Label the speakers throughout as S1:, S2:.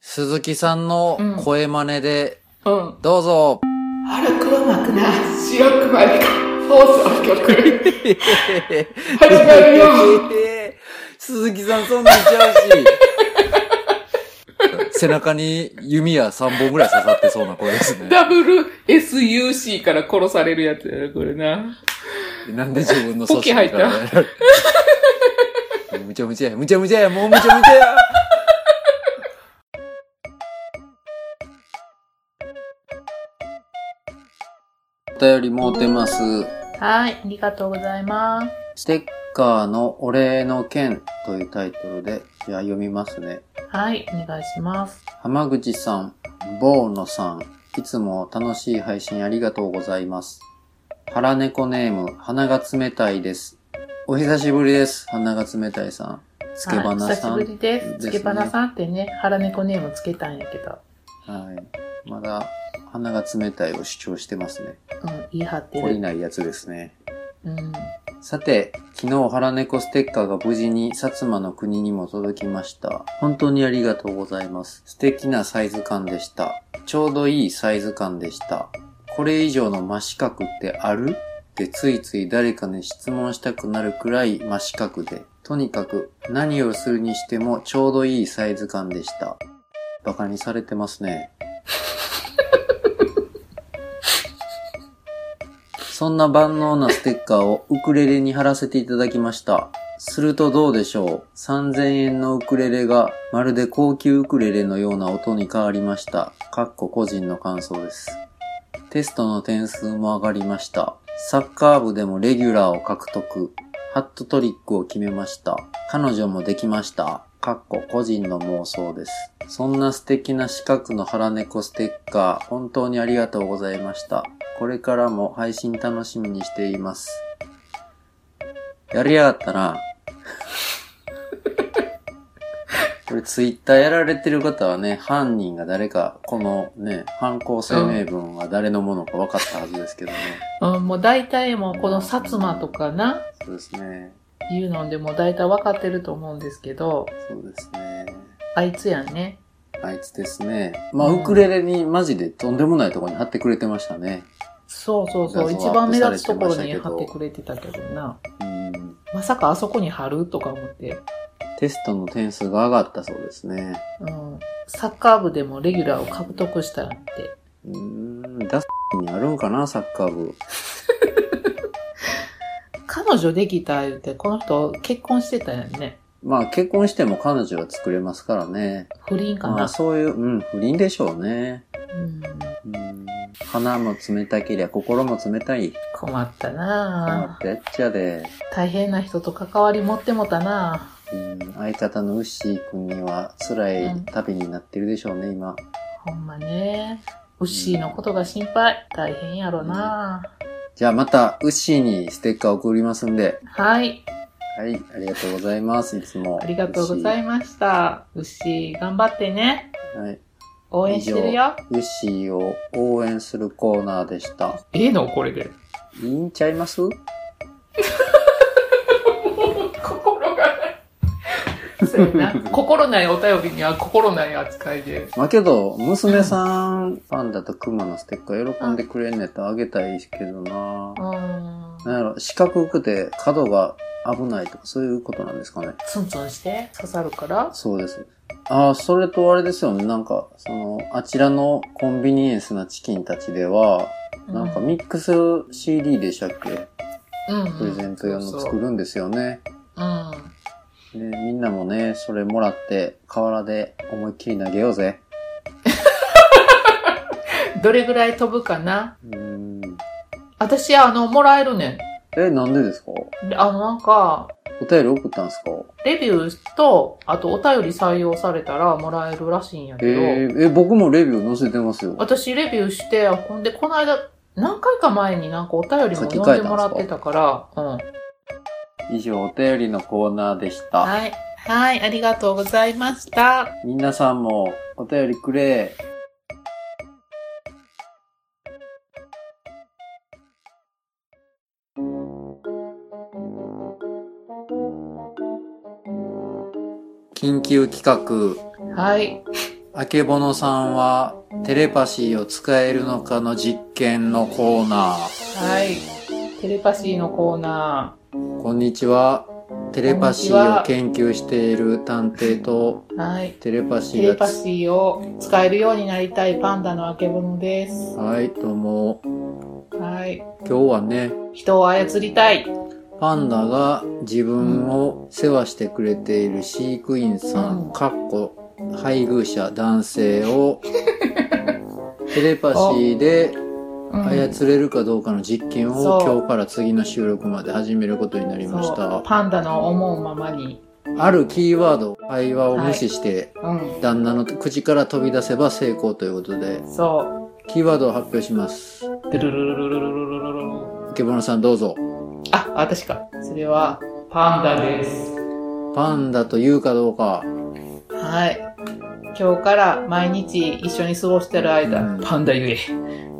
S1: 鈴木さんの声真似で、
S2: うん。
S1: どうぞ、
S2: 腹黒幕な白くまりか放送局。始まるよ
S1: 鈴木さんそんなんちゃうし。背中に弓矢3本ぐらい刺さってそうな声ですね。
S2: WSUC から殺されるやつやな、これな。
S1: なんで自分の
S2: ポキ入った
S1: 組織からやられるむちゃむちゃや、むちゃむちゃや、もうむちゃむちゃや。お便りもうてます。
S2: はい、ありがとうございます。
S1: ステッカーのお礼の件というタイトルで、じゃあ読みますね。
S2: はい、お願いします。
S1: 浜口さん、ボーノさん、いつも楽しい配信ありがとうございます。腹猫ネーム、鼻が冷たいです。お久しぶりです。鼻が冷たいさん。つけばなさん。
S2: はい、久しぶりで
S1: です
S2: す。
S1: ね
S2: つけばなさんってね、腹猫ネームつけたんやけど。
S1: はい。まだ、鼻が冷たいを主張してますね。
S2: うん、言い張って
S1: 懲り
S2: る。
S1: ないやつですね。
S2: うん。
S1: さて、昨日腹猫ステッカーが無事に薩摩の国にも届きました。本当にありがとうございます。素敵なサイズ感でした。ちょうどいいサイズ感でした。これ以上の真四角ってあるってついつい誰かに質問したくなるくらい真四角で。とにかく何をするにしてもちょうどいいサイズ感でした。バカにされてますね。そんな万能なステッカーをウクレレに貼らせていただきました。するとどうでしょう ?3000 円のウクレレがまるで高級ウクレレのような音に変わりました。かっこ個人の感想です。テストの点数も上がりました。サッカー部でもレギュラーを獲得。ハットトリックを決めました。彼女もできました。かっこ個人の妄想です。そんな素敵な四角の腹猫ステッカー、本当にありがとうございました。これからも配信楽しみにしています。やりやがったな。 これツイッターやられてる方はね、犯人が誰か、このね、犯行声明文は誰のものか分かったはずですけどね。
S2: うん、もう大体もうこの薩摩とかな、
S1: そうですね。
S2: いうのでもう大体分かってると思うんですけど、
S1: そうですね。
S2: あいつやんね。
S1: あいつですね。まあ、
S2: うん
S1: ウクレレにマジでとんでもないところに貼ってくれてましたね。
S2: そうそうそう、
S1: 画
S2: 一
S1: 像アッ
S2: 番
S1: プ
S2: 目
S1: さ
S2: 立
S1: れ
S2: つ
S1: て
S2: とこ
S1: まし
S2: ろ
S1: た
S2: に
S1: けど
S2: 貼ってくれてたけどな。
S1: うん。
S2: まさかあそこに貼るとか思って。
S1: テストの点数が上がったそうですね。
S2: うん。サッカー部でもレギュラーを獲得したなんて。
S1: うーん、ダスにあるんかな、サッカー部。
S2: 彼女できた言って、この人結婚してたやんね。
S1: まあ、結婚しても彼女は作れますからね。
S2: 不倫か
S1: ま
S2: な。
S1: あ、そういう、うん、不倫でしょうね。
S2: うん。
S1: うん。鼻も冷たけりゃ心も冷たい。
S2: 困った
S1: 困
S2: な
S1: っ
S2: ぁ
S1: たやっちゃで。
S2: 大変な人と関わり持ってもたなぁ
S1: うん、相方のウッシー君には辛い旅になってるでしょうね、今。
S2: ほんまね。ウッシーのことが心配。大変やろなぁ
S1: じゃあまた、ウッシーにステッカー送りますんで。
S2: はい。
S1: はい、ありがとうございます。いつも。
S2: ありがとうござい
S1: ま
S2: ました。ウッシー、頑張ってね。
S1: す。はい。
S2: 応援してるよ。
S1: ウッシーを応援するコーナーでした。
S2: ええのこれで。
S1: いいんちゃいます
S2: 心がない。そうやな。心ないお便りには心ない扱いで。
S1: まあけど、娘さん、パンダとクマのステッカー喜んでくれんねやったらあげたいけどな
S2: う。ん。
S1: なんやろ、四角くて角が危ないとかそういうことなんですかね。
S2: ツンツンして刺さるから。
S1: そうです。ああ、それとあれですよね。なんか、その、あちらのコンビニエンスなチキンたちでは、なんかミックス CD でしたっけ
S2: うん、
S1: プレゼント用
S2: そ
S1: の
S2: う
S1: 作
S2: そう
S1: るんですよね。
S2: うん。
S1: ね、みんなもね、それもらって、河原で思いっきり投げようぜ。
S2: どれぐらい飛ぶかな
S1: うーん。
S2: 私、あの、もらえるね
S1: え、なんでですかお
S2: ん。であの、なんか、
S1: 便り送ったんですか
S2: レビューと、あとお便り採用されたらもらえるらしいんや
S1: え
S2: けど、
S1: ーえ、僕もレビュー載せてますよ。
S2: 私レビューして、ほんで、この間、何回か前になんかお便りも読んでもらってたから、うん。
S1: 以上、お便りのコーナーでした。
S2: はい。はい、ありがとうございました。
S1: 皆さんもお便りくれ。緊急企画、
S2: はい。
S1: あけぼのさんはテレパシーを使えるのかの実験のコーナー。
S2: はい。テレパシーのコーナ
S1: こんにちは。テレパシーを研究している探偵と
S2: ー。はい。
S1: テレパシ
S2: テ
S1: ー
S2: レ
S1: が
S2: パ
S1: つ、
S2: シーを使えるようになりたいパンダのあけぼのです。
S1: はい、どうも。
S2: はい。
S1: 今日はね、
S2: 人を操りたい。
S1: パンダが自分を世話してくれている飼育員さ
S2: うん
S1: ん、かっこ配偶者男性 をテレパシーで
S2: うん
S1: 操れるかどうかの実験
S2: そ
S1: を
S2: う
S1: 今日から次の収録まで始めることになりまし
S2: そう
S1: た。
S2: パンダの思うままに。
S1: あるキーワード、会話を無視して
S2: うん。
S1: 旦那の口から飛び出せば成功ということで、
S2: そ
S1: キーワードを発表します。
S2: う。ルルルルルルルルルルル。
S1: あけぼのさんどうぞ。
S2: あ、私か。それは、パンダです。
S1: パンダと言うかどうか。
S2: はい。今日から毎日一緒に過ごしてる間、
S1: うん
S2: パンダゆえ、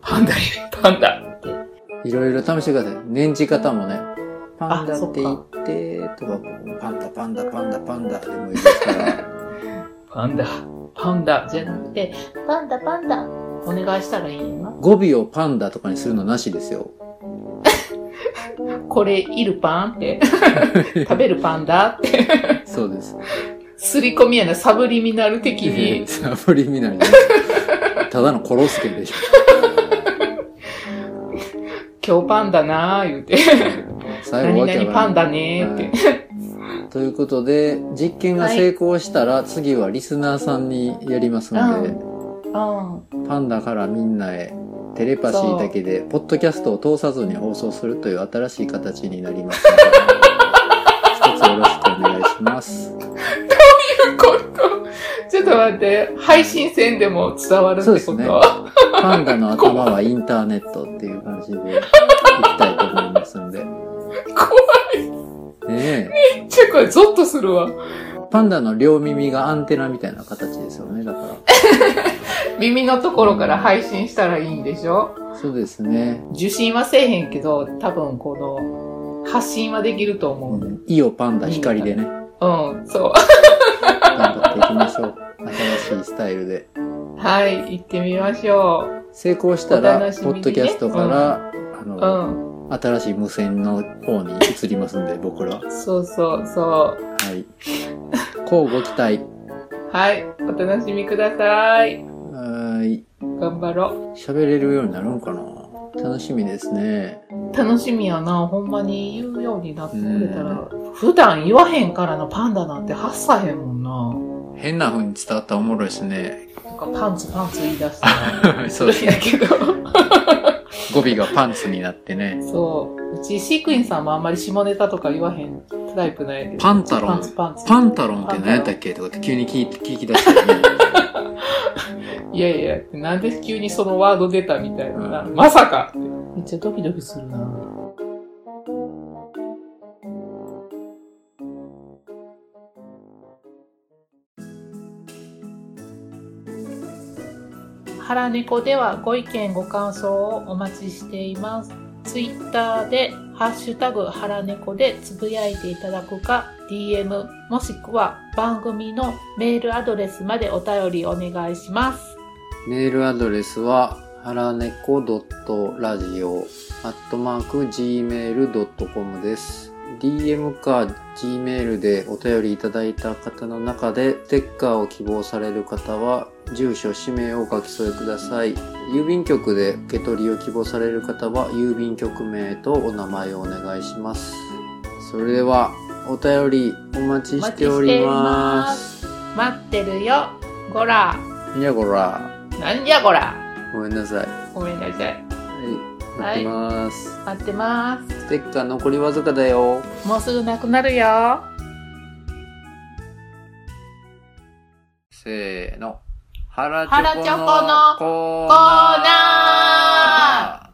S2: パンダゆえ、パンダって。
S1: いろいろ試してください。念じ方もね。パンダ
S2: あそっ
S1: っ
S2: か
S1: て言って、とか、パンダ、パンダ、パンダ、パンダでもいいですから。
S2: パンダ、パンダじゃなくて、パンダ、パンダ、お願いしたらいいよな。
S1: 語尾をパンダとかにするのなしですよ。
S2: これ、いるパン って。食べるパンダって。
S1: そうです。。
S2: すり込みやな、サブリミナル的 に
S1: サブリミナルね。ただのコロスケでしょ。
S2: 今日パンダなー言うて。
S1: 最
S2: 何
S1: わけわ
S2: 々
S1: か
S2: パ
S1: ら
S2: ン
S1: ない
S2: ダねーって。
S1: はい ということで、実験が成功したら、次はリスナーさんにやりますので、
S2: う
S1: パンダからみんなへ、テレパシーだけで、ポッドキャストを通さずに放送するという新しい形になります ので、一つよろしくお願いします。
S2: ん。ここちょっと待って、配信線でも伝わるってこと
S1: そうですねパンダの頭はインターネットっていう感じで、いきたいと思いますんで。ね
S2: 怖
S1: え
S2: い。ちょ、これゾッとするわ。
S1: パンダの両耳がアンテナみたいな形ですよね、だか
S2: 耳のところから配信したらいいんでしょ
S1: ら。そうですね。
S2: 受信はせえへんけど、多分この、発信はできると思うね。
S1: イオパンダ光でね。
S2: うん、そう。
S1: 頑張っていきまし ょう。新しいスタイルで。
S2: はい、行ってみましょ
S1: 成功したら、
S2: お楽しみ
S1: ポ
S2: にね
S1: ッドキャストから、あ
S2: う。う
S1: の、
S2: ん。
S1: 新しい無線の方に移りますんで、僕ら。は
S2: そうそうそ
S1: い。こうご期待。
S2: う。はい、お楽しみください。
S1: はーい。
S2: 頑張ろ
S1: 喋れるようになるんかな楽しみですね。
S2: う。楽しみやな。ほんまに言うようになってくれたら
S1: ね。
S2: 普段言わへんからのパンダなんて発さへんもんな。
S1: 変な風に伝わったらおもろいですね。
S2: なんかパンツパンツ言い出したら。
S1: そ
S2: そうう
S1: です
S2: や
S1: ね。
S2: けど。
S1: 語尾がパンツになってね。
S2: そう。うち飼育員さんもあんまり下ネタとか言わへんタイプないで。
S1: パンタロン
S2: パンツパンツ。
S1: パンタロンって何やったっけとかって急に聞い聞き出したよね。
S2: いやいや、なんで急にそのワード出たみたいな。
S1: うん
S2: まさかめっちゃドキドキするな。腹猫ではご意見ご感想をお待ちしています。ツイッターで、ハッシュタグ、ハラネコでつぶやいていただくか、DM、もしくは番組のメールアドレスまでお便りお願いします。
S1: メールアドレスは、はらねこ .radio、アットマーク、gmail.com です。DM か Gmail でお便りいただいた方の中で、ステッカーを希望される方は、住所、氏名をお書き添えください。郵便局で受け取りを希望される方は、郵便局名とお名前をお願いします。それでは、お便りお待ちしております。
S2: 待ってるよ。ごら。
S1: にゃごら。
S2: なんじゃごら。
S1: ごめんなさい。
S2: ごめんなさい。
S1: はい、待ってます。
S2: 待ってま
S1: ステッカー残りわずかだよ。
S2: す。もうすぐなくなるよ。
S1: せーの。腹
S2: チョコ
S1: コ
S2: のコーナ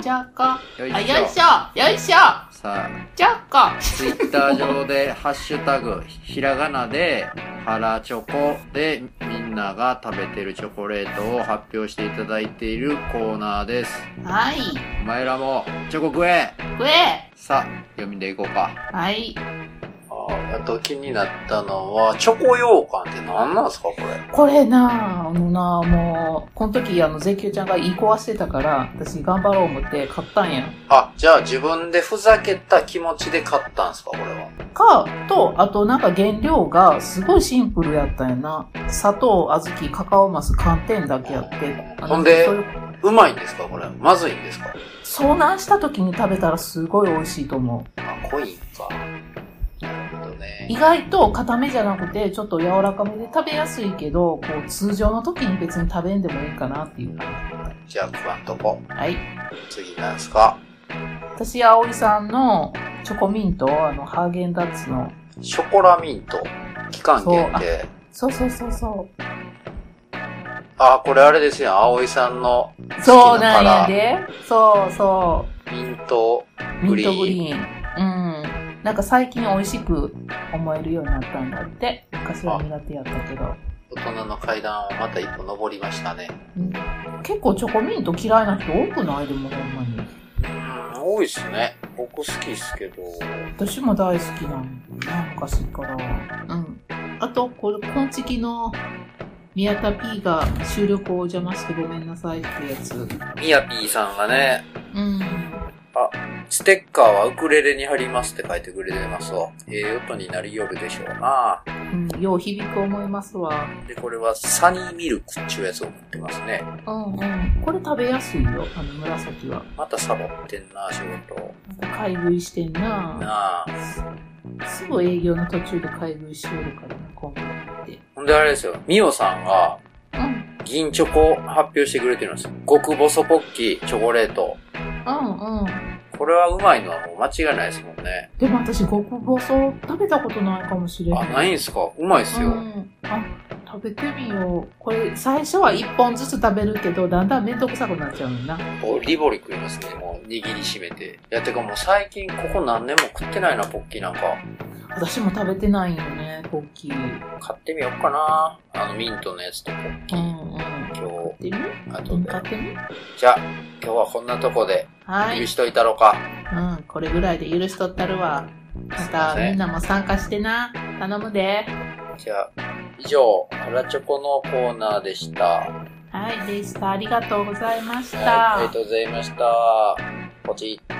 S2: チョコ。あ、
S1: ー
S2: よいし
S1: よいしょ。
S2: ょ。よいしょ。
S1: さあ、
S2: チョコ。
S1: ツイッター上で、ハッシュタグ、ひらがなで、腹チョコで、みんなが食べてるチョコレートを発表していただいているコーナーです。
S2: はい。
S1: お前らも、チョコ食え
S2: 食え。
S1: さあ、読みでいこうか。
S2: はい。
S1: ああと気になったのは、チョコ羊羹って何なんですか、これ。
S2: これなあ、あのなもう、この時、あの、税球ちゃんがいい壊してたから、私頑張ろう思って買ったんや。
S1: あ、じゃあ自分でふざけた気持ちで買ったんですか、これは。
S2: か、と、あとなんか原料がすごいシンプルやったんやな。砂糖、小豆、カカオマス、寒天だけやって。あの
S1: ほんで
S2: そういう
S1: うまいんですか、これ。まずいんですか。
S2: 遭難した時に食べたらすごい美味しいと思う。
S1: あ、濃いんか。なるほど
S2: 意
S1: ね。
S2: 外と固めじゃなくて、ちょっと柔らかめで食べやすいけど、こう、通常の時に別に食べんでもいいかなっていう。
S1: じゃあ食わんとこ。
S2: はい。
S1: 次なんですか。
S2: 私、葵さんのチョコミント、あの、ハーゲンダッツの、
S1: ショコラミント。期間限定。
S2: そうそうそうそう。
S1: あ、これあれですよ。葵さんの
S2: そうなんやで。そうそ
S1: ミント。
S2: う。ミントグリーン。うん。なんか最近美味しく思えるようになったんだって。昔は苦手やったけど。
S1: 大人の階段をまた一歩登りましたね。
S2: うん結構チョコミント嫌いな人多くないでもほんまに。
S1: うん、多いっすね。僕好きっすけど。
S2: 私も大好きなのな昔からうんあとこれ今月の宮田 P が収録をお邪魔してごめんなさいってやつ
S1: みやぴーさんがね、
S2: うん
S1: ステッカーはウクレレに貼りますって書いてくれてますわ。ええ音になりよるでしょうな。
S2: うん、よう響く思いますわ。
S1: で、これはサニーミルクっちゅうやつを持ってますね。
S2: うんうん。これ食べやすいよ、あの紫は。
S1: またサボってんな、仕事。
S2: また買い食いしてんな
S1: なあ。
S2: すぐ営業の途中で買い食いしよるからな、コンビニって。
S1: ほんであれですよ、みおさんが
S2: うん、うん
S1: 銀チョコを発表してくれてるんですよ。極細ポッキー、チョコレート。、
S2: うん。
S1: これはうまいのはもう間違いないですもんね。
S2: でも私、極細食べたことないかもしれ
S1: あ、
S2: ない。
S1: ないんすかうまいっすよ。
S2: うん、あ食べてみようこれ最初は1本ずつ食べるけどだんだん面倒くさくなっちゃうのにな
S1: ボリボリ食いますね、もう握りしめて。いや、てかもう最近ここ何年も食ってないな、ポッキーなんか。
S2: 私も食べてないよねポッキー
S1: 買ってみようかな。あのミントのやつとポッキ
S2: う
S1: ー。
S2: んうん買
S1: 今
S2: ってみ
S1: 日、あ
S2: う
S1: と
S2: ん
S1: で
S2: 買。ってみ
S1: じゃあ、今日はこんなとこで、
S2: はい
S1: 許しといたろか。
S2: うんこれぐらいで許しとったるわまたみんなも参加してな頼むで
S1: じゃあ、以上、ハラチョコのコーナーでした。
S2: はいでしたありがとうございました、
S1: はい、ありがとうございました。ポチッ。